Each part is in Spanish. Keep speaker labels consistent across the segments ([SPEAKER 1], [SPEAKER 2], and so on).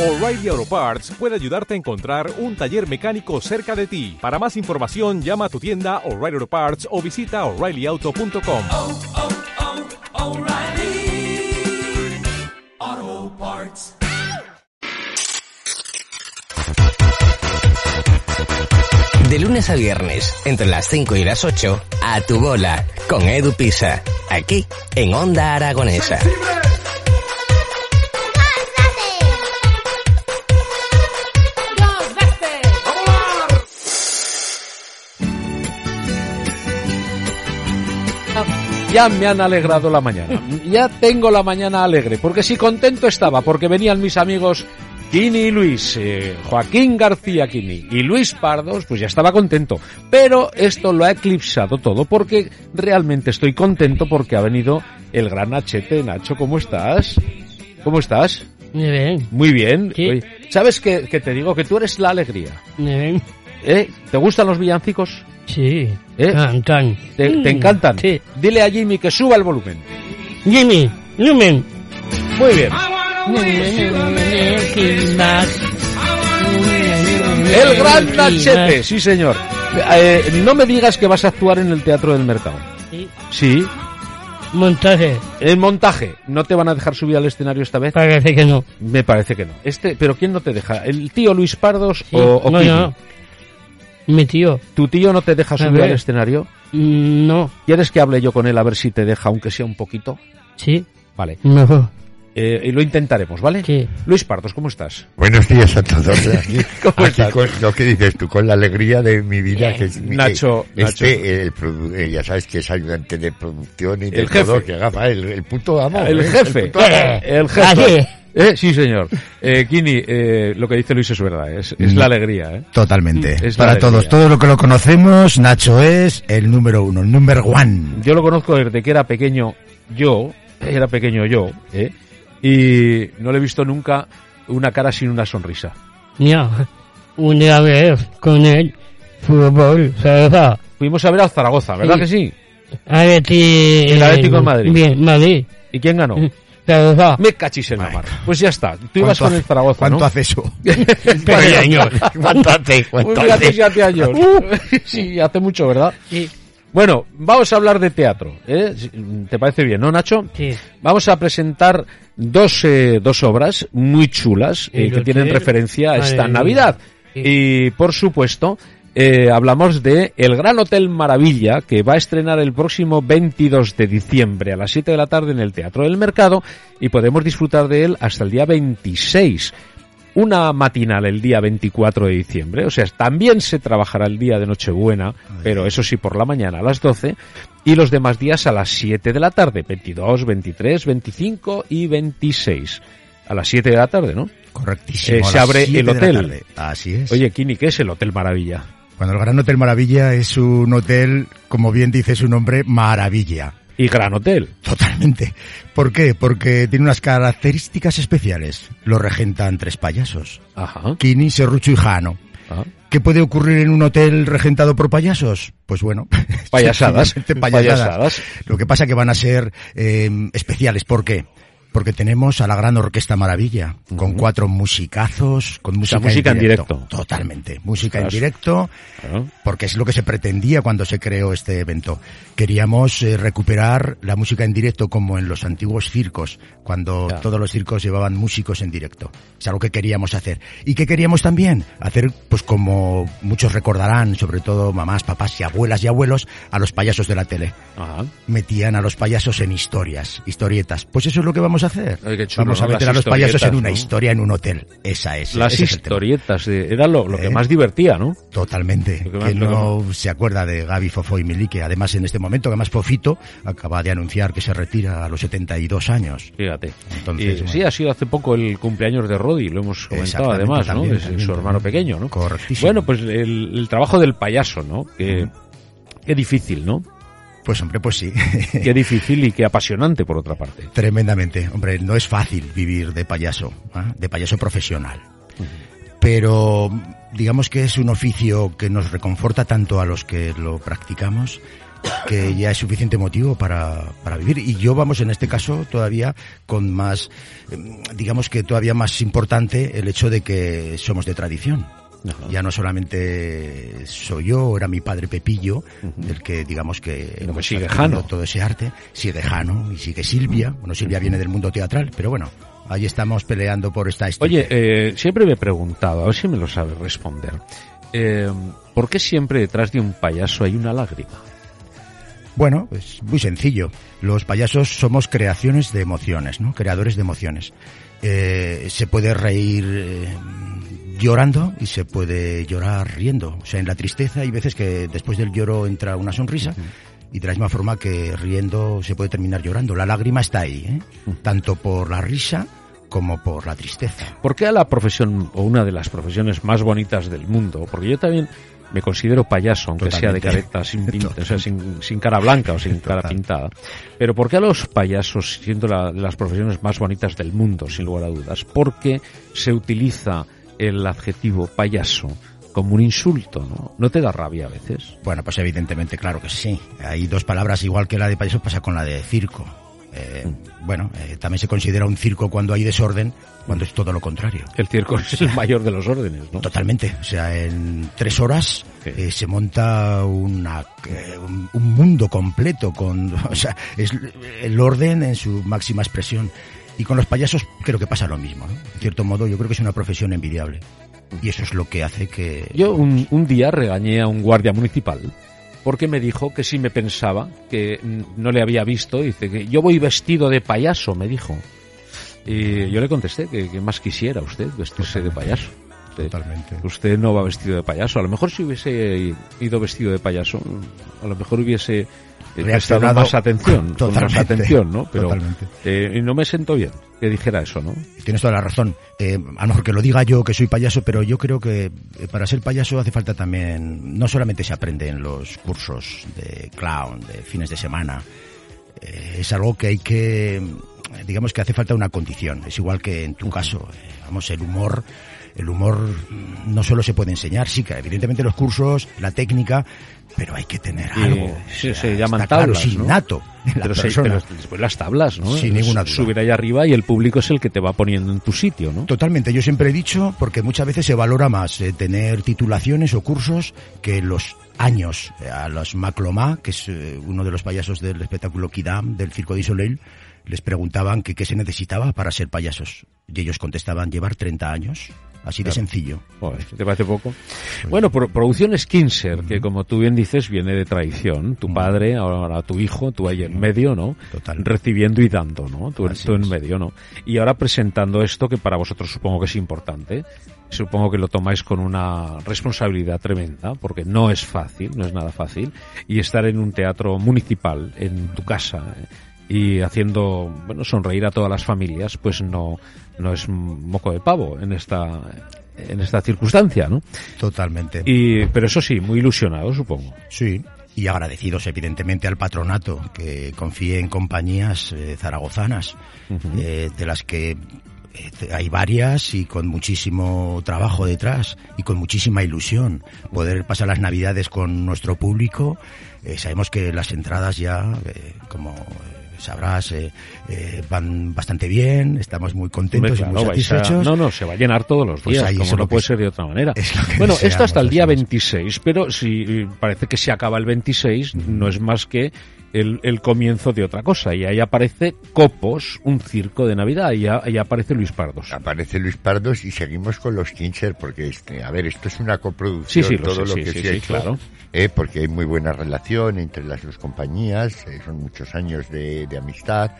[SPEAKER 1] O'Reilly Auto Parts puede ayudarte a encontrar un taller mecánico cerca de ti. Para más información, llama a tu tienda O'Reilly Auto Parts o visita oreillyauto.com.
[SPEAKER 2] oh, oh, O'Reilly. Auto Parts.
[SPEAKER 3] De lunes a viernes, entre las 5 y las 8, a tu bola, con Edu Pisa, aquí, en Onda Aragonesa.
[SPEAKER 4] Ya me han alegrado la mañana. Ya tengo la mañana alegre. Porque si contento estaba, porque venían mis amigos Kini y Luis, eh, Joaquín García Kini y Luis Pardos, pues ya estaba contento. Pero esto lo ha eclipsado todo porque realmente estoy contento porque ha venido el gran Hete. Nacho, ¿cómo estás? ¿Cómo estás?
[SPEAKER 5] Muy bien,
[SPEAKER 4] Muy bien.
[SPEAKER 5] Sí.
[SPEAKER 4] Oye, ¿Sabes qué, qué te digo? Que tú eres la alegría.
[SPEAKER 5] muy bien.
[SPEAKER 4] ¿Eh? ¿Te gustan los villancicos?
[SPEAKER 5] Sí. Ah,
[SPEAKER 4] ¿Eh?
[SPEAKER 5] Can, can.
[SPEAKER 4] ¿Te,
[SPEAKER 5] Mm,
[SPEAKER 4] te encantan?
[SPEAKER 5] Sí.
[SPEAKER 4] Dile a Jimmy que suba el volumen.
[SPEAKER 5] Jimmy, Lumen.
[SPEAKER 4] Muy bien. El gran Nachete, sí señor. Eh, no me digas que vas a actuar en el Teatro del Mercado.
[SPEAKER 5] Sí.
[SPEAKER 4] Sí.
[SPEAKER 5] Montaje,
[SPEAKER 4] El montaje. ¿No te van a dejar subir al escenario esta vez?
[SPEAKER 5] parece que no.
[SPEAKER 4] Me parece que no. Este, pero ¿quién no te deja? ¿El tío Luis Pardos
[SPEAKER 5] Sí,
[SPEAKER 4] o, o
[SPEAKER 5] no,
[SPEAKER 4] Kiki?
[SPEAKER 5] no. Mi tío,
[SPEAKER 4] ¿Tu tío no te deja subir
[SPEAKER 5] ver.
[SPEAKER 4] al escenario?
[SPEAKER 5] mm, no.
[SPEAKER 4] ¿Quieres que hable yo con él a ver si te deja, aunque sea un poquito?
[SPEAKER 5] Sí,
[SPEAKER 4] Vale.
[SPEAKER 5] mejor.
[SPEAKER 4] Eh, y lo intentaremos, ¿vale?
[SPEAKER 5] Sí.
[SPEAKER 4] Luis Pardos, ¿cómo estás?
[SPEAKER 6] Buenos días a todos. Aquí,
[SPEAKER 4] ¿Cómo
[SPEAKER 6] aquí
[SPEAKER 4] estás?
[SPEAKER 6] con lo que dices tú, con la alegría de mi vida. Que es mi-
[SPEAKER 4] Nacho,
[SPEAKER 6] eh,
[SPEAKER 4] Nacho.
[SPEAKER 6] este, el produ- eh, ya sabes que es ayudante de producción y de
[SPEAKER 4] El
[SPEAKER 6] todo,
[SPEAKER 4] jefe.
[SPEAKER 6] que haga el, el puto amo.
[SPEAKER 4] El
[SPEAKER 6] eh,
[SPEAKER 4] jefe.
[SPEAKER 6] puto amo.
[SPEAKER 4] El
[SPEAKER 5] Así.
[SPEAKER 4] jefe. Eh, sí, señor. Eh, Kini, eh, lo que dice Luis es verdad. Es, es la alegría, ¿eh?
[SPEAKER 7] Mm. Totalmente.
[SPEAKER 4] Es la
[SPEAKER 7] Para
[SPEAKER 4] alegría.
[SPEAKER 7] todos, todo lo que lo conocemos, Nacho es el número uno, el number one.
[SPEAKER 4] Yo lo conozco desde que era pequeño yo, era pequeño yo, ¿eh? y no le he visto nunca una cara sin una sonrisa.
[SPEAKER 5] Ya. Una vez con el fútbol, ¿sabes?
[SPEAKER 4] Fuimos a ver al Zaragoza, ¿verdad
[SPEAKER 5] Sí.
[SPEAKER 4] que sí?
[SPEAKER 5] Atleti...
[SPEAKER 4] El Atlético de Madrid.
[SPEAKER 5] Bien, Madrid.
[SPEAKER 4] ¿Y quién ganó?
[SPEAKER 5] ¿Sabes?
[SPEAKER 4] Me cachis en la mar. Pues ya está. Tú ibas
[SPEAKER 7] ¿Cuánto
[SPEAKER 4] con el
[SPEAKER 7] hace-
[SPEAKER 4] Zaragoza,
[SPEAKER 7] ¿Cuánto
[SPEAKER 4] ¿no?
[SPEAKER 7] hace eso?
[SPEAKER 5] Pequeño.
[SPEAKER 6] ¿Cuánto hace? ¿Cuánto
[SPEAKER 4] Pues fíjate
[SPEAKER 6] hace?
[SPEAKER 4] si hace años. sí, hace mucho, ¿verdad?
[SPEAKER 5] Sí,
[SPEAKER 4] Bueno, vamos a hablar de teatro. ¿eh? Si- ¿Te parece bien, no, Nacho?
[SPEAKER 5] sí.
[SPEAKER 4] Vamos a presentar dos, eh, dos obras muy chulas eh,
[SPEAKER 5] El
[SPEAKER 4] que tienen
[SPEAKER 5] hotel.
[SPEAKER 4] referencia a esta
[SPEAKER 5] Madre mía.
[SPEAKER 4] Navidad.
[SPEAKER 5] Sí.
[SPEAKER 4] Y por supuesto, eh, hablamos de El Gran Hotel Maravilla, que va a estrenar el próximo 22 de diciembre a las 7 de la tarde en el Teatro del Mercado y podemos disfrutar de él hasta el día 26. Una matinal el día 24 de diciembre, o sea, también se trabajará el día de Nochebuena, pero eso sí por la mañana a las 12 y los demás días a las 7 de la tarde, 22, 23, 25 y 26. A las 7 de la tarde, ¿no?
[SPEAKER 7] Correctísimo.
[SPEAKER 4] Eh,
[SPEAKER 7] a
[SPEAKER 4] se
[SPEAKER 7] las
[SPEAKER 4] abre
[SPEAKER 7] siete
[SPEAKER 4] el
[SPEAKER 7] de la
[SPEAKER 4] hotel.
[SPEAKER 7] tarde. Así es.
[SPEAKER 4] Oye, Kini, ¿qué es el Hotel Maravilla?
[SPEAKER 7] Cuando el Gran Hotel Maravilla es un hotel, como bien dice su nombre, maravilla.
[SPEAKER 4] Y Gran Hotel.
[SPEAKER 7] Totalmente. ¿Por qué? Porque tiene unas características especiales. Lo regentan tres payasos.
[SPEAKER 4] Ajá.
[SPEAKER 7] Kini, Serrucho y Jano.
[SPEAKER 4] ajá.
[SPEAKER 7] ¿Qué puede ocurrir en un hotel regentado por payasos? Pues bueno,
[SPEAKER 4] Payasadas.
[SPEAKER 7] payasadas.
[SPEAKER 4] Payasadas.
[SPEAKER 7] Lo que pasa que van a ser eh, especiales. ¿Por qué? Porque tenemos a la gran Orquesta Maravilla, con cuatro musicazos, con música,
[SPEAKER 4] música en directo.
[SPEAKER 7] Totalmente. Música en
[SPEAKER 4] Ostras.
[SPEAKER 7] directo,
[SPEAKER 4] Claro.
[SPEAKER 7] porque es lo que se pretendía cuando se creó este evento. Queríamos eh, recuperar la música en directo como en los antiguos circos, cuando
[SPEAKER 4] Ya.
[SPEAKER 7] todos los circos llevaban músicos en directo. Es algo que queríamos hacer. ¿Y qué queríamos también? Hacer, pues como muchos recordarán, sobre todo mamás, papás y abuelas y abuelos, a los payasos de la tele
[SPEAKER 4] Ajá.
[SPEAKER 7] metían a los payasos en historias, historietas. Pues eso es lo que vamos a hacer.
[SPEAKER 4] Ay, qué chulo,
[SPEAKER 7] vamos a
[SPEAKER 4] ¿no?
[SPEAKER 7] meter
[SPEAKER 4] Las
[SPEAKER 7] a los payasos en
[SPEAKER 4] historietas,
[SPEAKER 7] una
[SPEAKER 4] ¿no?
[SPEAKER 7] historia en un hotel. Esa es.
[SPEAKER 4] Las
[SPEAKER 7] ese es el tema.
[SPEAKER 4] historietas de- era lo, lo que
[SPEAKER 7] ¿Eh?
[SPEAKER 4] más divertía, ¿no?
[SPEAKER 7] Totalmente.
[SPEAKER 4] Lo que
[SPEAKER 7] Que,
[SPEAKER 4] más- lo que
[SPEAKER 7] no se acuerda de Gaby Fofo y Mili, que además en este momento, que además Fofito acaba de anunciar que se retira a los 72 años.
[SPEAKER 4] Fíjate.
[SPEAKER 7] Entonces,
[SPEAKER 4] Y,
[SPEAKER 7] bueno.
[SPEAKER 4] Sí, ha sido hace poco el cumpleaños de Roddy, lo hemos comentado
[SPEAKER 7] Exactamente,
[SPEAKER 4] además, ¿no?
[SPEAKER 7] también,
[SPEAKER 4] Es
[SPEAKER 7] también,
[SPEAKER 4] su hermano
[SPEAKER 7] también.
[SPEAKER 4] pequeño, ¿no?
[SPEAKER 7] Correctísimo.
[SPEAKER 4] Bueno, pues el, el trabajo del payaso, ¿no? Que, Qué difícil, ¿no?
[SPEAKER 7] Pues hombre, pues sí.
[SPEAKER 4] Qué difícil y qué apasionante, por otra parte.
[SPEAKER 7] Tremendamente. Hombre, no es fácil vivir de payaso, ¿ah? de payaso profesional. Pero digamos que es un oficio que nos reconforta tanto a los que lo practicamos que ya es suficiente motivo para, para vivir. Y yo, vamos, en este caso, todavía con más, eh, digamos que todavía más importante el hecho de que somos de tradición. Ya no solamente soy yo, era mi padre Pepillo, del que digamos que...
[SPEAKER 4] Pero
[SPEAKER 7] hemos
[SPEAKER 4] pues sigue
[SPEAKER 7] adquirido
[SPEAKER 4] Jano.
[SPEAKER 7] Todo ese arte, sigue Jano y sigue Silvia. Bueno, Silvia viene del mundo teatral, pero bueno, ahí estamos peleando por esta estirpe.
[SPEAKER 4] Oye, eh, siempre me he preguntado, a ver si me lo sabes responder. Eh, ¿Por qué siempre detrás de un payaso hay una lágrima?
[SPEAKER 7] Bueno, es muy sencillo. Los payasos somos creaciones de emociones, ¿no? Creadores de emociones. Eh, se puede reír eh, llorando y se puede llorar riendo. O sea, en la tristeza hay veces que después del lloro entra una sonrisa. Y de la misma forma que riendo se puede terminar llorando. La lágrima está ahí, ¿eh? tanto por la risa como por la tristeza.
[SPEAKER 4] ¿Por qué a la profesión o una de las profesiones más bonitas del mundo? Porque yo también me considero payaso, aunque sea de
[SPEAKER 7] Totalmente.
[SPEAKER 4] careta sin pinta, o sea, sin, sin cara blanca o sin cara pintada. Pero ¿por qué a los payasos, siendo la- de las profesiones más bonitas del mundo, sin lugar a dudas? Porque se utiliza el adjetivo payaso como un insulto, ¿no? ¿No te da rabia a veces?
[SPEAKER 7] Bueno, pues evidentemente, claro que sí. Hay dos palabras, igual que la de payaso pasa con la de circo. Eh,
[SPEAKER 4] Mm.
[SPEAKER 7] bueno, eh, también se considera un circo cuando hay desorden, cuando es todo lo contrario.
[SPEAKER 4] El circo es el mayor de los órdenes, ¿no?
[SPEAKER 7] Totalmente. O sea, en tres horas
[SPEAKER 4] Sí.
[SPEAKER 7] eh, se monta una, eh, un, un mundo completo con, o sea, es el orden en su máxima expresión. Y con los payasos creo que pasa lo mismo. ¿no? En cierto modo, yo creo que es una profesión envidiable. Y eso es lo que hace que...
[SPEAKER 4] Mm. Yo un, un día regañé a un guardia municipal porque me dijo que sí me pensaba, que mm, no le había visto. Dice que yo voy vestido de payaso, me dijo. Y yo le contesté que, que más quisiera usted vestirse de payaso. Usted-
[SPEAKER 7] Totalmente.
[SPEAKER 4] Usted no va vestido de payaso. A lo mejor si hubiese ido vestido de payaso, a lo mejor hubiese eh, prestado
[SPEAKER 7] Reaccionado
[SPEAKER 4] más atención, con más
[SPEAKER 7] totalmente,
[SPEAKER 4] atención, ¿no? Pero
[SPEAKER 7] totalmente.
[SPEAKER 4] eh, y no me siento bien que dijera eso, ¿no?
[SPEAKER 7] Tienes toda la razón. Eh, a lo mejor que lo diga yo, que soy payaso, pero yo creo que eh, para ser payaso hace falta también, no solamente se aprende en los cursos de clown, de fines de semana, eh, es algo que hay que, eh, digamos que hace falta una condición. Es igual que en tu caso, eh, vamos, el humor, el humor mm, no solo se puede enseñar, sí que evidentemente los cursos, la técnica, pero hay que tener
[SPEAKER 4] Y
[SPEAKER 7] algo.
[SPEAKER 4] se-
[SPEAKER 7] O sea,
[SPEAKER 4] se llaman
[SPEAKER 7] está claro,
[SPEAKER 4] tablas,
[SPEAKER 7] es
[SPEAKER 4] ¿no?
[SPEAKER 7] innato en la
[SPEAKER 4] pero, se-
[SPEAKER 7] persona.
[SPEAKER 4] pero después las tablas, ¿no?
[SPEAKER 7] Sin ninguna duda.
[SPEAKER 4] Subir ahí arriba y el público es el que te va poniendo en tu sitio, ¿no?
[SPEAKER 7] Totalmente, yo siempre he dicho, porque muchas veces se valora más eh, tener titulaciones o cursos que los años. Eh, A los Maclomá, que es eh, uno de los payasos del espectáculo Kidam, del Circo de Soleil, les preguntaban que qué se necesitaba para ser payasos. Y ellos contestaban llevar 30 años. Así de sencillo.
[SPEAKER 4] Joder, ¿Te parece poco? Bueno, pro- Producciones Kinser, que como tú bien dices, viene de traición. Tu padre, ahora tu hijo, tú ahí en medio, ¿no?
[SPEAKER 7] Total.
[SPEAKER 4] Recibiendo y dando, ¿no? Tú,
[SPEAKER 7] Así
[SPEAKER 4] tú en
[SPEAKER 7] es.
[SPEAKER 4] medio, ¿no? Y ahora presentando esto, que para vosotros supongo que es importante, supongo que lo tomáis con una responsabilidad tremenda, porque no es fácil, no es nada fácil, y estar en un teatro municipal, en tu casa, eh, y haciendo, bueno, sonreír a todas las familias, pues no, no es moco de pavo en esta, en esta circunstancia, ¿no?
[SPEAKER 7] Totalmente.
[SPEAKER 4] Y, pero eso sí, muy ilusionado, supongo.
[SPEAKER 7] Sí, y agradecidos evidentemente al patronato que confíe en compañías eh, zaragozanas, eh, de las que eh, te- hay varias y con muchísimo trabajo detrás y con muchísima ilusión. Poder pasar las navidades con nuestro público, eh, sabemos que las entradas ya, eh, como... eh, Sabrás, eh, eh, van bastante bien, estamos muy contentos
[SPEAKER 4] Hombre,
[SPEAKER 7] y muy
[SPEAKER 4] claro, vais a-
[SPEAKER 7] satisfechos.
[SPEAKER 4] no, no, se va a llenar todos los
[SPEAKER 7] Pues
[SPEAKER 4] días,
[SPEAKER 7] ahí es
[SPEAKER 4] como
[SPEAKER 7] lo
[SPEAKER 4] no
[SPEAKER 7] que
[SPEAKER 4] puede
[SPEAKER 7] es-
[SPEAKER 4] ser de otra manera.
[SPEAKER 7] es lo que
[SPEAKER 4] bueno, esto
[SPEAKER 7] deseamos,
[SPEAKER 4] hasta el día
[SPEAKER 7] deseamos.
[SPEAKER 4] 26, pero si parece que se acaba el 26, no es más que el, el comienzo de otra cosa. Y ahí aparece Copos, un circo de Navidad, y ahí aparece Luis Pardos.
[SPEAKER 6] Aparece Luis Pardos y seguimos con los Kincher porque, este, a ver, esto es una
[SPEAKER 4] Sí,
[SPEAKER 6] coproducción,
[SPEAKER 4] sí, lo
[SPEAKER 6] todo
[SPEAKER 4] sé,
[SPEAKER 6] lo
[SPEAKER 4] sí,
[SPEAKER 6] que
[SPEAKER 4] sí,
[SPEAKER 6] se ha
[SPEAKER 4] sí,
[SPEAKER 6] hecho,
[SPEAKER 4] claro.
[SPEAKER 6] eh, porque hay muy buena relación entre las dos compañías, eh, son muchos años de, de amistad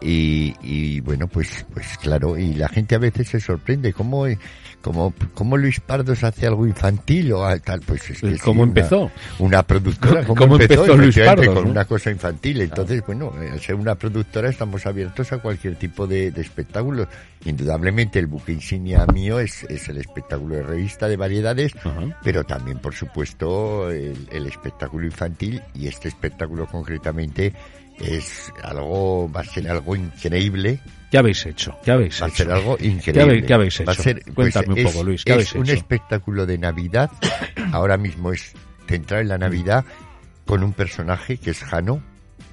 [SPEAKER 6] y, y, bueno, pues, pues claro, y la gente a veces se sorprende cómo, eh, cómo, cómo Luis Pardos hace algo infantil o a- tal, pues es que sí,
[SPEAKER 4] ¿Cómo
[SPEAKER 6] una-
[SPEAKER 4] empezó?
[SPEAKER 6] Una productora,
[SPEAKER 4] ¿Cómo
[SPEAKER 6] ¿cómo,
[SPEAKER 4] empezó Luis
[SPEAKER 6] efectivamente,
[SPEAKER 4] Pardos,
[SPEAKER 6] Con
[SPEAKER 4] no?
[SPEAKER 6] una cosa infantil. Entonces, bueno, eh, al ser una productora estamos abiertos a cualquier tipo de, de espectáculo. Indudablemente el buque insignia mío es, es el espectáculo de revista de variedades,
[SPEAKER 4] Ajá.
[SPEAKER 6] pero también, por supuesto, el, el espectáculo infantil y este espectáculo concretamente es algo, va a ser algo increíble,
[SPEAKER 4] ¿Qué habéis hecho? ¿Qué habéis
[SPEAKER 6] va a
[SPEAKER 4] hecho?
[SPEAKER 6] ser algo increíble.
[SPEAKER 4] habéis- qué habéis
[SPEAKER 6] Va a
[SPEAKER 4] hecho?
[SPEAKER 6] ser- pues,
[SPEAKER 4] Cuéntame un
[SPEAKER 6] es-
[SPEAKER 4] poco, Luis, ¿qué
[SPEAKER 6] es
[SPEAKER 4] habéis
[SPEAKER 6] un
[SPEAKER 4] hecho?
[SPEAKER 6] espectáculo de Navidad. Ahora mismo es central en la Navidad con un personaje que es Jano,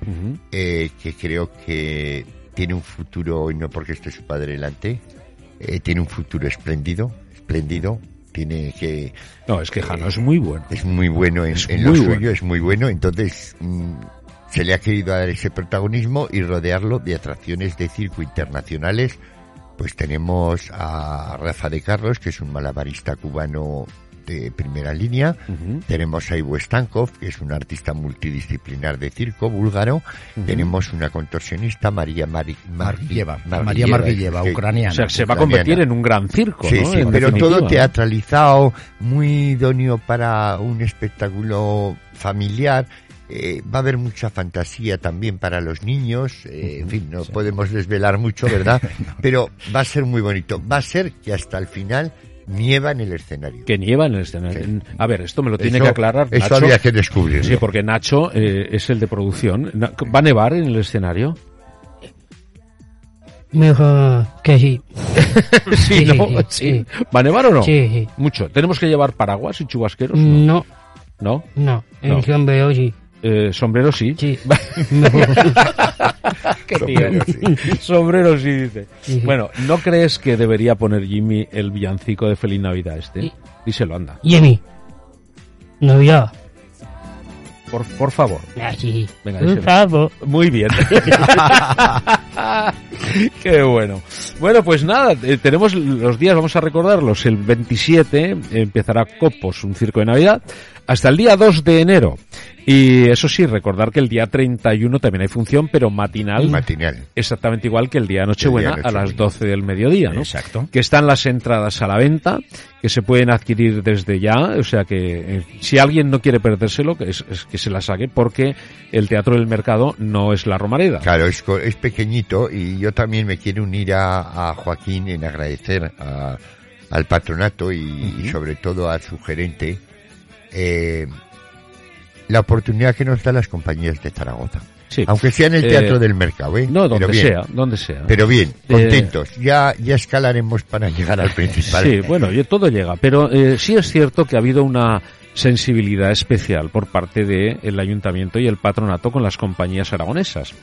[SPEAKER 4] Ujú.
[SPEAKER 6] eh, que creo que tiene un futuro, y no porque esté su padre delante, eh, tiene un futuro espléndido, espléndido, tiene que
[SPEAKER 4] No, es que Jano es muy bueno.
[SPEAKER 6] es muy bueno en,
[SPEAKER 4] Es
[SPEAKER 6] en lo
[SPEAKER 4] muy
[SPEAKER 6] suyo,
[SPEAKER 4] bueno.
[SPEAKER 6] es muy bueno, entonces mm, se le ha querido dar ese protagonismo y rodearlo de atracciones de circo internacionales. Pues tenemos a Rafa de Carlos, que es un malabarista cubano de primera línea.
[SPEAKER 4] Ujú.
[SPEAKER 6] Tenemos a Ivo Stankov, que es un artista multidisciplinar de circo búlgaro. Tenemos una contorsionista, María Mari- Mar-
[SPEAKER 7] Marguilleva, María Marguilleva,
[SPEAKER 6] que-
[SPEAKER 7] ucraniana.
[SPEAKER 4] O sea, se va a
[SPEAKER 6] Ucraniana.
[SPEAKER 4] convertir en un gran circo,
[SPEAKER 6] Sí,
[SPEAKER 4] ¿no?
[SPEAKER 6] sí,
[SPEAKER 4] En
[SPEAKER 6] pero todo
[SPEAKER 4] definitiva.
[SPEAKER 6] teatralizado, muy idóneo para un espectáculo familiar. Eh, va a haber mucha fantasía también para los niños. Eh, en fin, no podemos desvelar mucho, ¿verdad? Pero va a ser muy bonito. Va a ser que hasta el final nieva en el escenario.
[SPEAKER 4] Que nieva en el escenario.
[SPEAKER 6] Sí.
[SPEAKER 4] A ver, esto me lo tiene
[SPEAKER 6] Eso-
[SPEAKER 4] que aclarar
[SPEAKER 6] Eso
[SPEAKER 4] Nacho.
[SPEAKER 6] había que descubrir.
[SPEAKER 4] Sí, porque Nacho eh, es el de producción. Na- ¿Va a nevar en el escenario?
[SPEAKER 5] Mejor que sí.
[SPEAKER 4] Sí,
[SPEAKER 5] Sí,
[SPEAKER 4] ¿no?
[SPEAKER 5] sí,
[SPEAKER 4] Sí.
[SPEAKER 5] sí.
[SPEAKER 4] ¿Va a nevar o no?
[SPEAKER 5] Sí, sí. Mm.
[SPEAKER 4] Mucho. ¿Tenemos que llevar paraguas y chubasqueros? Pues No.
[SPEAKER 5] No,
[SPEAKER 4] ¿No?
[SPEAKER 5] no. El
[SPEAKER 4] No.
[SPEAKER 5] sombrero sí.
[SPEAKER 4] Eh, ¿Sombrero sí?
[SPEAKER 5] Sí. Mejor.
[SPEAKER 6] Sombrero, sí.
[SPEAKER 4] Sombrero sí, dice.
[SPEAKER 5] Sí.
[SPEAKER 4] Bueno, ¿no crees que debería poner Jimmy el villancico de Feliz Navidad este?
[SPEAKER 5] Sí.
[SPEAKER 4] Díselo, anda.
[SPEAKER 5] Y a mí. No, ya.
[SPEAKER 4] Por, por favor.
[SPEAKER 5] Así.
[SPEAKER 4] Venga,
[SPEAKER 5] Un
[SPEAKER 4] díselo.
[SPEAKER 5] sapo.
[SPEAKER 4] Muy bien. Qué bueno. Bueno, pues nada, eh, tenemos los días, vamos a recordarlos. El 27 empezará Copos, un circo de Navidad, hasta el día 2 de enero. Y eso sí, recordar que el día 31 también hay función, pero matinal,
[SPEAKER 6] Matinal.
[SPEAKER 4] exactamente igual que el día de Nochebuena,
[SPEAKER 6] El día de
[SPEAKER 4] a las
[SPEAKER 6] Nochebuena.
[SPEAKER 4] 12 del mediodía, ¿no?
[SPEAKER 7] Exacto.
[SPEAKER 4] que están las entradas a la venta, que se pueden adquirir desde ya, o sea que eh, si alguien no quiere perdérselo, que, es, es que se la saque, porque el Teatro del Mercado no es la Romareda.
[SPEAKER 6] Claro, es, co- es pequeñito y yo también me quiero unir a, a Joaquín en agradecer a- al patronato y, y sobre todo a su gerente eh, la oportunidad que nos dan las compañías de Zaragoza.
[SPEAKER 4] Sí.
[SPEAKER 6] Aunque sea en el
[SPEAKER 4] Eh,
[SPEAKER 6] Teatro del Mercado, ¿eh?
[SPEAKER 4] No, donde
[SPEAKER 6] Pero bien,
[SPEAKER 4] sea, donde sea.
[SPEAKER 6] Pero bien,
[SPEAKER 4] Eh,
[SPEAKER 6] contentos. Ya, ya escalaremos para llegar al principal.
[SPEAKER 4] Pues, Sí, bueno, yo- todo llega, pero eh, sí es cierto que ha habido una sensibilidad especial por parte del ayuntamiento y el patronato con las compañías aragonesas.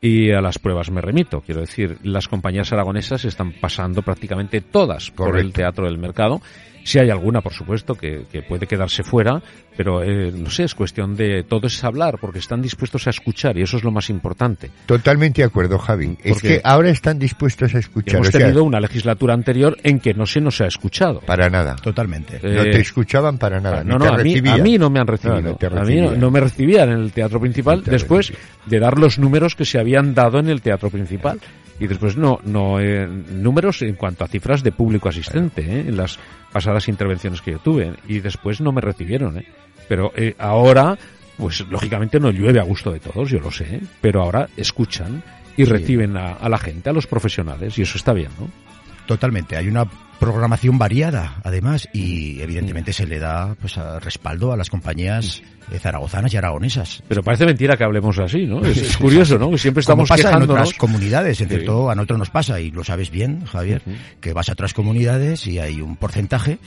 [SPEAKER 4] Y a las pruebas me remito, quiero decir, las compañías aragonesas están pasando prácticamente todas por el
[SPEAKER 6] Correcto.
[SPEAKER 4] teatro del mercado. Si hay alguna, por supuesto, que, que puede quedarse fuera, pero eh, no sé, es cuestión de todo es hablar, porque están dispuestos a escuchar y eso es lo más importante.
[SPEAKER 6] Totalmente de acuerdo, Javi. Es
[SPEAKER 4] Porque-
[SPEAKER 6] que ahora están dispuestos a
[SPEAKER 4] Y
[SPEAKER 6] escuchar.
[SPEAKER 4] hemos
[SPEAKER 6] o sea,
[SPEAKER 4] tenido una legislatura anterior en que no se nos ha escuchado.
[SPEAKER 6] para nada.
[SPEAKER 7] Totalmente.
[SPEAKER 4] Eh, ah,
[SPEAKER 6] no te escuchaban para nada.
[SPEAKER 4] No, no,
[SPEAKER 6] ni te
[SPEAKER 4] a mí,
[SPEAKER 6] recibían.
[SPEAKER 4] a mí no me han recibido.
[SPEAKER 6] No, no te
[SPEAKER 4] a mí no,
[SPEAKER 6] recibían.
[SPEAKER 4] no me recibían en el teatro principal
[SPEAKER 6] No te
[SPEAKER 4] después
[SPEAKER 6] recibían.
[SPEAKER 4] de dar los números que se habían dado en el teatro principal. Y después no, no eh, números en cuanto a cifras de público asistente eh, en las pasadas intervenciones que yo tuve. Y después no me recibieron. eh. Pero eh, ahora, pues lógicamente no llueve a gusto de todos, yo lo sé. eh. Pero ahora escuchan y reciben a, a la gente, a los profesionales. Y eso está bien, ¿no?
[SPEAKER 7] Totalmente. Hay una programación variada, además,
[SPEAKER 4] Mm.
[SPEAKER 7] y evidentemente se le da pues, a- respaldo a las compañías eh, zaragozanas y aragonesas.
[SPEAKER 4] Pero parece mentira que hablemos así, ¿no? Es, es curioso, ¿no? Que siempre
[SPEAKER 7] Como
[SPEAKER 4] estamos
[SPEAKER 7] pasa en
[SPEAKER 4] quejándonos.
[SPEAKER 7] otras comunidades, en
[SPEAKER 4] Sí.
[SPEAKER 7] cierto, a nosotros nos pasa, y lo sabes bien, Javier, que vas a otras comunidades y hay un porcentaje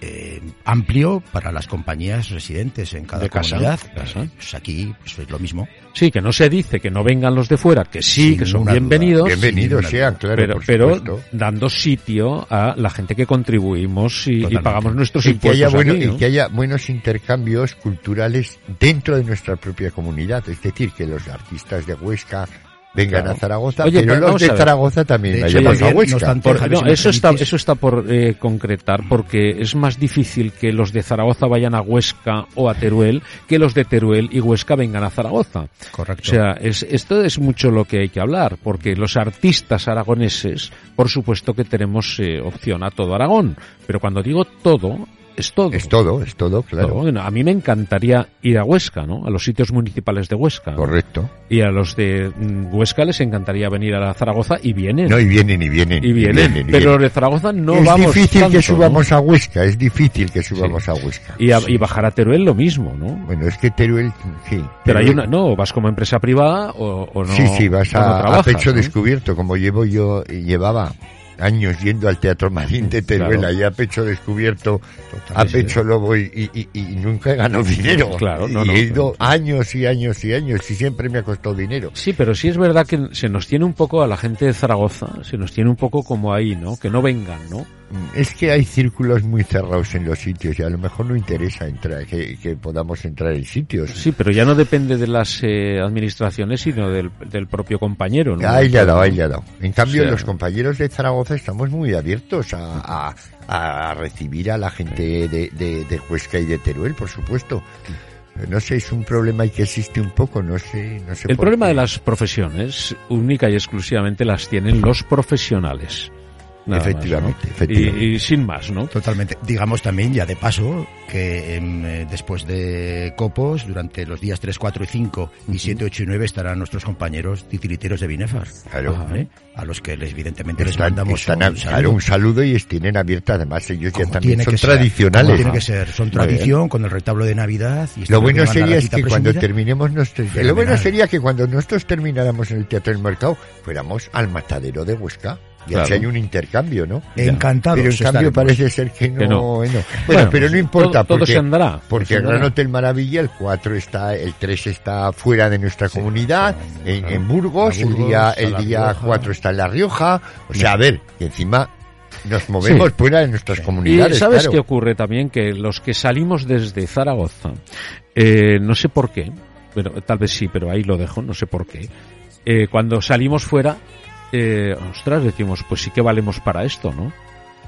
[SPEAKER 7] eh, amplio para las compañías residentes en cada
[SPEAKER 4] De casa,
[SPEAKER 7] comunidad.
[SPEAKER 4] de casa.
[SPEAKER 7] Eh, pues aquí pues, es lo mismo.
[SPEAKER 4] Sí, que no se dice que no vengan los de fuera, que sí,
[SPEAKER 7] Sin
[SPEAKER 4] que son
[SPEAKER 7] ninguna duda.
[SPEAKER 4] bienvenidos,
[SPEAKER 7] Bien,
[SPEAKER 6] Bienvenidos
[SPEAKER 7] Sí,
[SPEAKER 6] sean, claro,
[SPEAKER 4] pero,
[SPEAKER 6] por
[SPEAKER 4] pero
[SPEAKER 6] supuesto.
[SPEAKER 4] dando sitio a la gente que contribuimos y- y,
[SPEAKER 7] Totalmente.
[SPEAKER 4] pagamos nuestros
[SPEAKER 6] y que,
[SPEAKER 4] impuestos.
[SPEAKER 6] haya bueno-
[SPEAKER 4] aquí, ¿no?
[SPEAKER 6] y que haya buenos intercambios culturales dentro de nuestra propia comunidad. Es decir, que los artistas de Huesca vengan
[SPEAKER 4] Claro.
[SPEAKER 6] a Zaragoza,
[SPEAKER 4] Oye,
[SPEAKER 6] pero
[SPEAKER 4] pero
[SPEAKER 6] los
[SPEAKER 4] vamos a
[SPEAKER 6] de
[SPEAKER 4] ver.
[SPEAKER 6] Zaragoza también
[SPEAKER 7] De
[SPEAKER 6] vayan
[SPEAKER 4] hecho,
[SPEAKER 6] a
[SPEAKER 7] también
[SPEAKER 6] Huesca.
[SPEAKER 7] no están-
[SPEAKER 4] Por-
[SPEAKER 7] Javi,
[SPEAKER 4] no,
[SPEAKER 7] si me
[SPEAKER 4] eso, está,
[SPEAKER 7] permitís.
[SPEAKER 4] eso está por eh, concretar,
[SPEAKER 6] Mm.
[SPEAKER 4] porque es más difícil que los de Zaragoza vayan a Huesca o a Teruel que los de Teruel y Huesca vengan a Zaragoza. O
[SPEAKER 7] Correcto.
[SPEAKER 4] sea, es- esto es mucho lo que hay que hablar, porque los artistas aragoneses, por supuesto que tenemos eh, opción a todo Aragón, pero cuando digo todo, es todo.
[SPEAKER 6] Es todo, es todo, claro.
[SPEAKER 4] No, bueno, a mí me encantaría ir a Huesca, ¿no? A los sitios municipales de Huesca.
[SPEAKER 6] Correcto.
[SPEAKER 4] Y a los de mm, Huesca les encantaría venir a la Zaragoza y vienen.
[SPEAKER 6] No, y vienen, y vienen.
[SPEAKER 4] y vienen.
[SPEAKER 6] y
[SPEAKER 4] pero los
[SPEAKER 6] vienen.
[SPEAKER 4] de Zaragoza no
[SPEAKER 6] es
[SPEAKER 4] vamos
[SPEAKER 6] difícil
[SPEAKER 4] tanto,
[SPEAKER 6] que subamos a Huesca, es difícil que subamos a Huesca.
[SPEAKER 4] ¿no? Y, a- y bajar a Teruel lo mismo, ¿no?
[SPEAKER 6] Bueno, es que Teruel, sí.
[SPEAKER 4] Pero hay
[SPEAKER 6] Teruel-
[SPEAKER 4] una, no, vas como empresa privada o, o no.
[SPEAKER 6] sí, sí, vas
[SPEAKER 4] o no
[SPEAKER 6] a, a
[SPEAKER 4] trabajas,
[SPEAKER 6] pecho
[SPEAKER 4] ¿no?
[SPEAKER 6] descubierto, como llevo yo, llevaba años yendo al Teatro Marín de Teruela y a pecho descubierto, a pecho lobo y, y- y- y nunca he ganado dinero.
[SPEAKER 4] Claro, no,
[SPEAKER 6] y
[SPEAKER 4] no,
[SPEAKER 6] he ido años y años y años y siempre me ha costado dinero.
[SPEAKER 4] Sí, pero sí es verdad que se nos tiene un poco a la gente de Zaragoza, se nos tiene un poco como ahí, ¿no? Que no vengan, ¿no?
[SPEAKER 6] Es que hay círculos muy cerrados en los sitios y a lo mejor no interesa entrar, que, que podamos entrar en sitios.
[SPEAKER 4] Sí, pero ya no depende de las eh, administraciones, sino del, del propio compañero, ¿no?
[SPEAKER 6] Ahí le ha dado, ahí le ha dado. En cambio,
[SPEAKER 4] O sea,
[SPEAKER 6] los compañeros de Zaragoza estamos muy abiertos a, a- a recibir a la gente de, de- de Huesca y de Teruel, por supuesto.
[SPEAKER 7] Mm.
[SPEAKER 6] No sé, es un problema y que existe un poco, no sé. No sé
[SPEAKER 4] El
[SPEAKER 6] por
[SPEAKER 4] problema
[SPEAKER 6] qué.
[SPEAKER 4] de las profesiones, única y exclusivamente las tienen los profesionales. Nada más, ¿no?
[SPEAKER 6] Efectivamente,
[SPEAKER 4] Y-
[SPEAKER 6] efectivamente.
[SPEAKER 4] Y, sin más, ¿no?
[SPEAKER 7] Totalmente. Digamos también, ya de paso, que em, eh, después de Copos, durante los días 3, 4 y 5 y 7, 8 y 9 estarán nuestros compañeros titiriteros de Binefar.
[SPEAKER 6] Claro.
[SPEAKER 7] ¿vale? A los que les, evidentemente les
[SPEAKER 6] Están,
[SPEAKER 7] mandamos
[SPEAKER 6] están a-
[SPEAKER 7] un,
[SPEAKER 6] claro, un saludo y es- tienen abierta además ellos ya
[SPEAKER 7] Como
[SPEAKER 6] también
[SPEAKER 7] tiene
[SPEAKER 6] son
[SPEAKER 7] que ser,
[SPEAKER 6] tradicionales.
[SPEAKER 7] como tiene que ser. Son
[SPEAKER 6] Muy bien.
[SPEAKER 7] tradición con el retablo de Navidad. Y este
[SPEAKER 6] Lo
[SPEAKER 7] estarán
[SPEAKER 6] bueno
[SPEAKER 7] llevando la
[SPEAKER 6] sería es
[SPEAKER 7] gatita
[SPEAKER 6] que cuando
[SPEAKER 7] presumida.
[SPEAKER 6] terminemos nuestros lo
[SPEAKER 7] Fenomenal.
[SPEAKER 6] bueno sería que cuando nosotros termináramos en el Teatro del Mercado fuéramos al matadero de Huesca y
[SPEAKER 4] Claro.
[SPEAKER 6] así hay un intercambio, ¿no?
[SPEAKER 7] Encantados
[SPEAKER 6] Pero en cambio
[SPEAKER 7] estaremos.
[SPEAKER 6] parece ser que no.
[SPEAKER 4] Que no.
[SPEAKER 6] eh, no. Bueno,
[SPEAKER 4] Bueno, pues
[SPEAKER 6] pero no importa
[SPEAKER 4] todo- todo
[SPEAKER 6] porque
[SPEAKER 4] se andará.
[SPEAKER 6] porque
[SPEAKER 4] Se
[SPEAKER 6] el
[SPEAKER 4] andará.
[SPEAKER 6] Gran Hotel Maravilla el 4 está el 3 está fuera de nuestra comunidad en, en Burgos,
[SPEAKER 7] A Burgos,
[SPEAKER 6] el día
[SPEAKER 7] a
[SPEAKER 6] el
[SPEAKER 7] La
[SPEAKER 6] día
[SPEAKER 7] Rioja.
[SPEAKER 6] 4 está en La Rioja, o sea, a ver, que encima nos movemos fuera de nuestras
[SPEAKER 4] Y
[SPEAKER 6] comunidades,
[SPEAKER 4] sabes
[SPEAKER 6] claro.
[SPEAKER 4] qué ocurre también, que los que salimos desde Zaragoza, eh, no sé por qué, pero tal vez sí, pero ahí lo dejo, no sé por qué. eh, cuando salimos fuera, eh, ostras, decimos, pues sí que valemos para esto, ¿no?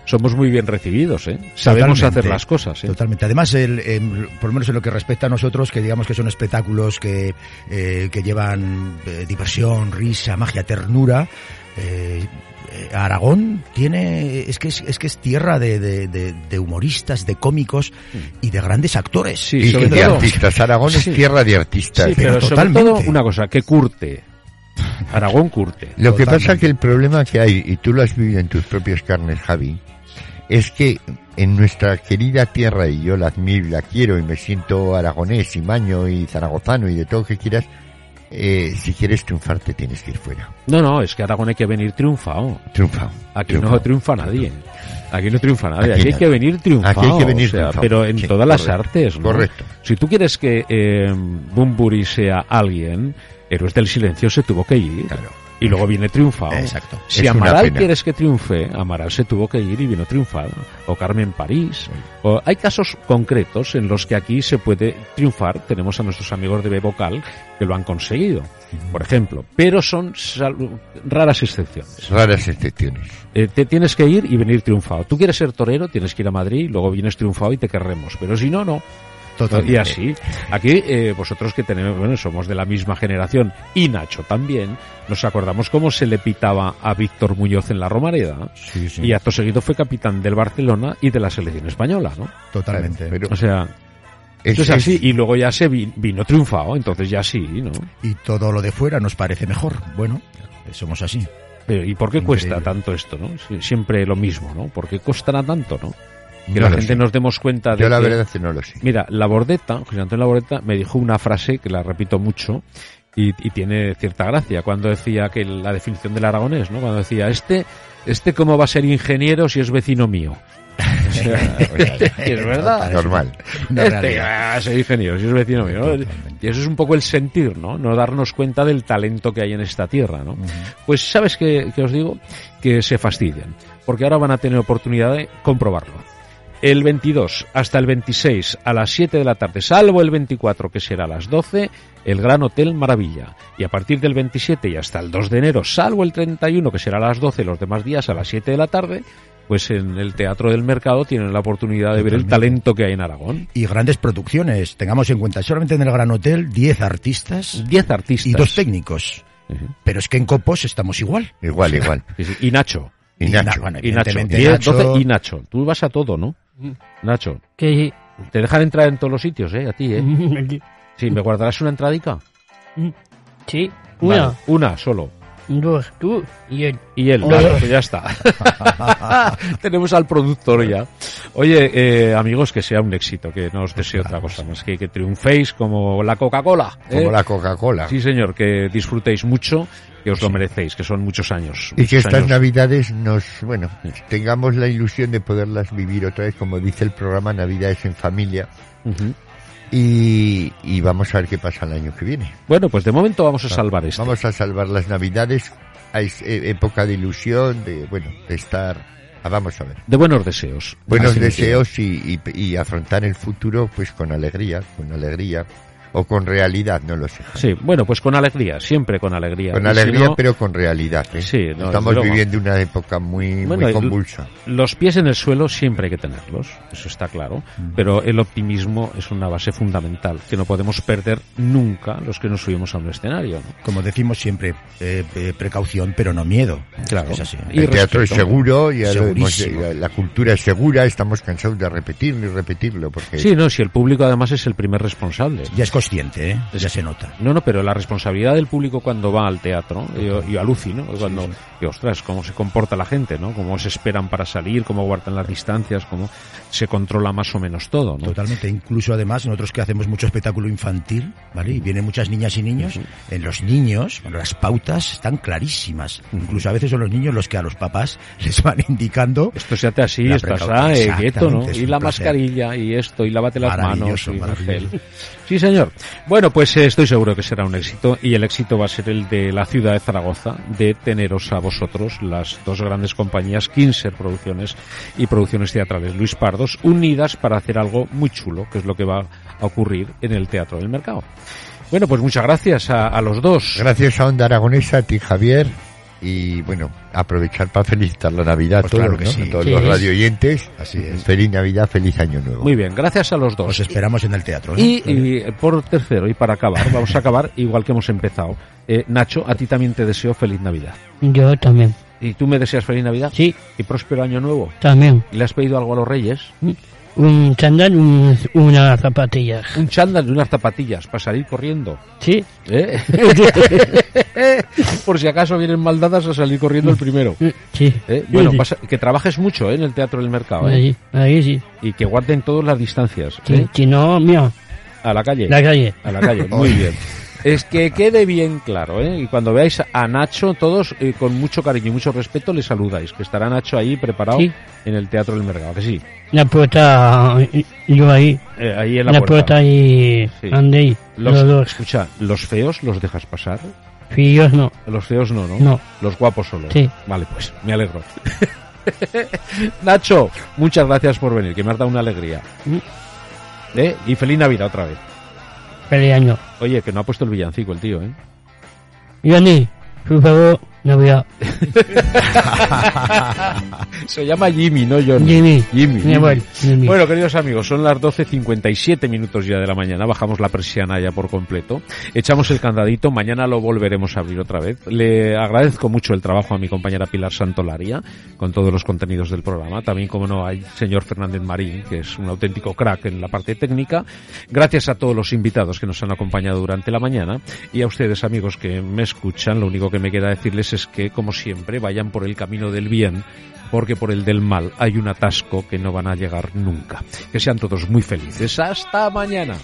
[SPEAKER 4] Somos muy bien recibidos, ¿eh? Sabemos
[SPEAKER 7] Totalmente,
[SPEAKER 4] hacer las cosas, ¿eh?
[SPEAKER 7] Totalmente. Además, el, em, por lo menos en lo que respecta a nosotros, que digamos que son espectáculos que, eh, que llevan eh, diversión, risa, magia, ternura, eh, eh, Aragón tiene, es que es, es que es tierra de, de- de- de humoristas, de cómicos y de grandes actores.
[SPEAKER 4] Mm. Sí,
[SPEAKER 6] Y,
[SPEAKER 4] sobre
[SPEAKER 6] y de
[SPEAKER 4] todo-
[SPEAKER 6] artistas, Aragón
[SPEAKER 4] Sí.
[SPEAKER 6] es tierra de artistas.
[SPEAKER 4] Sí,
[SPEAKER 6] ¿eh?
[SPEAKER 4] pero,
[SPEAKER 7] pero
[SPEAKER 4] sobre todo
[SPEAKER 7] totalmente.
[SPEAKER 4] una cosa, que curte. Aragón curte.
[SPEAKER 6] Lo que pasa
[SPEAKER 7] Totalmente.
[SPEAKER 6] que el problema que hay, y tú lo has vivido en tus propias carnes, Javi, es que en nuestra querida tierra, y yo la admiro, y la quiero, y me siento aragonés, y maño, y zaragozano, y de todo lo que quieras, eh, si quieres triunfar te tienes que ir fuera.
[SPEAKER 4] No, no, es que Aragón hay que venir triunfado.
[SPEAKER 6] Triunfa.
[SPEAKER 4] Aquí
[SPEAKER 6] Triunfa.
[SPEAKER 4] no triunfa nadie. Aquí no triunfa nadie.
[SPEAKER 6] Aquí
[SPEAKER 4] Aquí hay
[SPEAKER 6] no.
[SPEAKER 4] que venir triunfado.
[SPEAKER 6] Aquí hay que venir
[SPEAKER 4] o sea,
[SPEAKER 6] triunfado.
[SPEAKER 4] Pero en
[SPEAKER 6] Sí,
[SPEAKER 4] todas las
[SPEAKER 6] correcto,
[SPEAKER 4] artes. ¿no?
[SPEAKER 6] correcto.
[SPEAKER 4] Si tú quieres que eh, Bumburi sea alguien, Héroes del Silencio se tuvo que ir.
[SPEAKER 6] Claro.
[SPEAKER 4] Y luego viene triunfado.
[SPEAKER 7] Exacto.
[SPEAKER 4] Si
[SPEAKER 6] Es una
[SPEAKER 4] Amaral
[SPEAKER 6] pena.
[SPEAKER 4] quieres que triunfe, Amaral se tuvo que ir y vino triunfado. O Carmen París. O, hay casos concretos en los que aquí se puede triunfar. Tenemos a nuestros amigos de Bebocal que lo han conseguido, por ejemplo. Pero son sal- raras excepciones.
[SPEAKER 6] Raras excepciones.
[SPEAKER 4] Eh, te tienes que ir y venir triunfado. Tú quieres ser torero, tienes que ir a Madrid, luego vienes triunfado y te querremos. Pero si no, no.
[SPEAKER 7] Totalmente.
[SPEAKER 4] Y así. Aquí, eh, vosotros que tenemos, bueno, somos de la misma generación y Nacho también, nos acordamos cómo se le pitaba a Víctor Muñoz en la Romareda.
[SPEAKER 7] Sí, sí.
[SPEAKER 4] Y acto seguido fue capitán del Barcelona y de la selección española, ¿no?
[SPEAKER 7] Totalmente.
[SPEAKER 6] Pero
[SPEAKER 4] O sea,
[SPEAKER 6] es-
[SPEAKER 4] eso es
[SPEAKER 6] es-
[SPEAKER 4] así. Y luego ya se vi- vino triunfado, entonces ya sí, ¿no?
[SPEAKER 7] Y todo lo de fuera nos parece mejor. Bueno, somos así.
[SPEAKER 4] Pero, ¿y por qué
[SPEAKER 7] Increíble.
[SPEAKER 4] cuesta tanto esto, no? Si- Siempre lo mismo, ¿no? ¿Por qué costará tanto, no? Que
[SPEAKER 6] no
[SPEAKER 4] la
[SPEAKER 6] lo
[SPEAKER 4] gente
[SPEAKER 6] sé.
[SPEAKER 4] nos demos cuenta de
[SPEAKER 6] Yo la
[SPEAKER 4] que-
[SPEAKER 6] verdad es que no lo sé.
[SPEAKER 4] Mira, la Bordeta, José Antonio la Bordeta, me dijo una frase que la repito mucho y, y tiene cierta gracia cuando decía que la definición del aragonés, ¿no? Cuando decía, este, este cómo va a ser ingeniero si es vecino mío. O sea, Ah, es verdad.
[SPEAKER 6] Normal.
[SPEAKER 7] Una
[SPEAKER 4] Este
[SPEAKER 7] realidad.
[SPEAKER 4] va a ser ingeniero si es vecino mío. ¿no?
[SPEAKER 7] Totalmente.
[SPEAKER 4] Y eso es un poco el sentir, ¿no? No darnos cuenta del talento que hay en esta tierra, ¿no? Pues, ¿sabes qué, qué os digo? Que se fastidian, porque ahora van a tener oportunidad de comprobarlo. El 22 hasta el 26 a las 7 de la tarde, salvo el 24 que será a las 12, el Gran Hotel Maravilla. Y a partir del 27 y hasta el 2 de enero, salvo el 31 que será a las 12, los demás días a las 7 de la tarde, pues en el Teatro del Mercado tienen la oportunidad de ver el
[SPEAKER 7] Totalmente.
[SPEAKER 4] talento que hay en Aragón.
[SPEAKER 7] Y grandes producciones. Tengamos en cuenta, solamente en el Gran Hotel, 10 artistas
[SPEAKER 4] 10 artistas.
[SPEAKER 7] y dos técnicos.
[SPEAKER 4] Ujú.
[SPEAKER 7] Pero es que en Copos estamos igual.
[SPEAKER 6] Igual, igual.
[SPEAKER 4] Sí, sí. Y Nacho.
[SPEAKER 6] Y
[SPEAKER 7] na-
[SPEAKER 6] Nacho.
[SPEAKER 7] bueno,
[SPEAKER 4] Y Nacho.
[SPEAKER 7] evidentemente,
[SPEAKER 4] 10,
[SPEAKER 7] Nacho,
[SPEAKER 4] 12 y Nacho. Tú vas a todo, ¿no? Nacho.
[SPEAKER 5] Que sí.
[SPEAKER 4] Te dejan entrar en todos los sitios, ¿eh? A ti,
[SPEAKER 5] Mm.
[SPEAKER 4] ¿eh?
[SPEAKER 5] Aquí.
[SPEAKER 4] Sí, ¿me guardarás una entradica?
[SPEAKER 5] Sí. Una,
[SPEAKER 4] Vale, una solo.
[SPEAKER 5] dos, tú y él.
[SPEAKER 4] Y él,
[SPEAKER 5] Oh.
[SPEAKER 4] vale, pues ya está. Tenemos al productor ya. Oye, eh, amigos, que sea un éxito, que no os deseo otra cosa más que que triunféis como la Coca-Cola. ¿eh?
[SPEAKER 6] Como la Coca-Cola.
[SPEAKER 4] Sí, señor, que disfrutéis mucho, que os lo merecéis, que son muchos años.
[SPEAKER 6] Y que
[SPEAKER 4] muchos
[SPEAKER 6] estas
[SPEAKER 4] años.
[SPEAKER 6] navidades nos, bueno, tengamos la ilusión de poderlas vivir otra vez, como dice el programa Navidades en Familia.
[SPEAKER 4] Ujú.
[SPEAKER 6] Y, y vamos a ver qué pasa el año que viene.
[SPEAKER 4] Bueno, pues de momento vamos a salvar este. esto.
[SPEAKER 6] Vamos a salvar las Navidades. a es- eh, época de ilusión, de, bueno, de estar. ah, vamos a ver.
[SPEAKER 4] De buenos deseos.
[SPEAKER 6] Buenos
[SPEAKER 4] Así me quedo.
[SPEAKER 6] deseos y, y- y afrontar el futuro, pues con alegría, con alegría. O con realidad, no lo sé.
[SPEAKER 4] Sí, bueno, pues con alegría, siempre con alegría.
[SPEAKER 6] Con
[SPEAKER 4] Y si
[SPEAKER 6] alegría,
[SPEAKER 4] no,
[SPEAKER 6] pero con realidad. ¿eh?
[SPEAKER 4] Sí, no,
[SPEAKER 6] Estamos
[SPEAKER 4] es broma.
[SPEAKER 6] viviendo una época muy,
[SPEAKER 4] Bueno, el-
[SPEAKER 6] muy convulsa.
[SPEAKER 4] Los pies en el suelo siempre hay que tenerlos, eso está claro, pero el optimismo es una base fundamental que no podemos perder nunca los que nos subimos a un escenario. ¿no?
[SPEAKER 7] Como decimos siempre, eh, eh, precaución, pero no miedo.
[SPEAKER 4] Claro.
[SPEAKER 7] Es así.
[SPEAKER 4] Y
[SPEAKER 6] el teatro es
[SPEAKER 4] respeto.
[SPEAKER 6] seguro, ya lo hemos-
[SPEAKER 7] Segurísimo.
[SPEAKER 6] la, la cultura es segura, estamos cansados de repetirlo y repetirlo, porque
[SPEAKER 4] Sí, no, si el público además es el primer responsable.
[SPEAKER 7] Ya es consciente, ¿eh? Ya se nota.
[SPEAKER 4] No, no, pero la responsabilidad del público cuando va al teatro, yo, yo alucino, cuando, que, ostras, cómo se comporta la gente, ¿no? Cómo se esperan para salir, cómo guardan las distancias, cómo se controla más o menos todo, ¿no?
[SPEAKER 7] Totalmente, incluso además nosotros que hacemos mucho espectáculo infantil, ¿vale? Y vienen muchas niñas y niños, en los niños bueno, las pautas están clarísimas. Incluso a veces son los niños los que a los papás les van indicando
[SPEAKER 4] Esto se hace así,
[SPEAKER 7] La
[SPEAKER 4] estás
[SPEAKER 7] precaución,
[SPEAKER 4] ah, eh,
[SPEAKER 7] exactamente,
[SPEAKER 4] quieto, ¿no?
[SPEAKER 7] es
[SPEAKER 4] Y
[SPEAKER 7] un
[SPEAKER 4] la
[SPEAKER 7] placer.
[SPEAKER 4] mascarilla y esto, y lávate las manos.
[SPEAKER 7] Maravilloso,
[SPEAKER 4] Y un
[SPEAKER 7] maravilloso.
[SPEAKER 4] gel. Sí, señor. Bueno, pues eh, estoy seguro que será un éxito y el éxito va a ser el de la ciudad de Zaragoza, de teneros a vosotros las dos grandes compañías, Kinser Producciones y Producciones Teatrales Luis Pardos, unidas para hacer algo muy chulo, que es lo que va a ocurrir en el Teatro del Mercado. Bueno, pues muchas gracias a, a los dos.
[SPEAKER 6] gracias a Onda Aragonesa, a ti Javier, y bueno, aprovechar para felicitar la Navidad
[SPEAKER 7] Pues
[SPEAKER 6] a todos,
[SPEAKER 7] claro que
[SPEAKER 6] ¿no?
[SPEAKER 7] sí.
[SPEAKER 6] a todos
[SPEAKER 5] Sí.
[SPEAKER 6] los radioyentes.
[SPEAKER 7] Así es.
[SPEAKER 6] Feliz Navidad, feliz Año Nuevo.
[SPEAKER 4] Muy bien, gracias a los dos.
[SPEAKER 7] Os esperamos en el teatro. ¿eh?
[SPEAKER 4] Y, y, por tercero, y para acabar, vamos a acabar igual que hemos empezado. Eh, Nacho, a ti también te deseo feliz Navidad.
[SPEAKER 5] Yo también.
[SPEAKER 4] ¿Y tú me deseas feliz Navidad?
[SPEAKER 5] Sí,
[SPEAKER 4] ¿Y próspero año nuevo?
[SPEAKER 5] también.
[SPEAKER 4] ¿Y le has pedido algo a los reyes?
[SPEAKER 5] Un chándal, un, una zapatilla.
[SPEAKER 4] Un chándal y unas zapatillas para salir corriendo.
[SPEAKER 5] Sí,
[SPEAKER 4] ¿eh? por si acaso vienen maldadas a salir corriendo el primero.
[SPEAKER 5] mm, sí.
[SPEAKER 4] ¿eh? Bueno,
[SPEAKER 5] Sí, sí.
[SPEAKER 4] pasa- que trabajes mucho ¿eh? en el teatro del mercado ¿eh?
[SPEAKER 5] Ahí, ahí sí.
[SPEAKER 4] y que guarden todas las distancias
[SPEAKER 5] Si,
[SPEAKER 4] ¿eh?
[SPEAKER 5] si no, mira,
[SPEAKER 4] a la calle.
[SPEAKER 5] la calle.
[SPEAKER 4] A la calle, muy bien. Es que quede bien claro, ¿eh? Y cuando veáis a Nacho, todos eh, con mucho cariño y mucho respeto le saludáis, que estará Nacho ahí preparado
[SPEAKER 5] Sí.
[SPEAKER 4] en el Teatro del Mercado, que sí,
[SPEAKER 5] La puerta, eh, yo ahí.
[SPEAKER 4] Eh, ahí en la,
[SPEAKER 5] La, puerta y
[SPEAKER 4] Sí.
[SPEAKER 5] Andy,
[SPEAKER 4] Los,
[SPEAKER 5] los dos.
[SPEAKER 4] Escucha, ¿los feos los dejas pasar?
[SPEAKER 5] Fillos no.
[SPEAKER 4] Los feos no, ¿no?
[SPEAKER 5] No.
[SPEAKER 4] Los guapos solo.
[SPEAKER 5] Sí.
[SPEAKER 4] Vale, pues, me alegro. Nacho, muchas gracias por venir, que me has dado una alegría. ¿Eh? Y feliz Navidad otra vez.
[SPEAKER 5] Feliz año.
[SPEAKER 4] Oye, que no ha puesto el villancico el tío, ¿eh?
[SPEAKER 5] Y Andy, por favor, Navidad.
[SPEAKER 4] Se llama Jimmy, no Johnny.
[SPEAKER 5] Jimmy.
[SPEAKER 4] Jimmy.
[SPEAKER 5] Mi abuelo. Jimmy.
[SPEAKER 4] Bueno, queridos amigos, son las 12.57 minutos ya de la mañana. Bajamos la persiana ya por completo. Echamos el candadito. Mañana lo volveremos a abrir otra vez. Le agradezco mucho el trabajo a mi compañera Pilar Santolaria con todos los contenidos del programa. También, como no, al señor Fernández Marín, que es un auténtico crack en la parte técnica. Gracias a todos los invitados que nos han acompañado durante la mañana. Y a ustedes, amigos, que me escuchan, lo único que me queda decirles es que, como siempre, vayan por el camino del bien porque por el del mal hay un atasco que no van a llegar nunca. Que sean todos muy felices. Hasta mañana.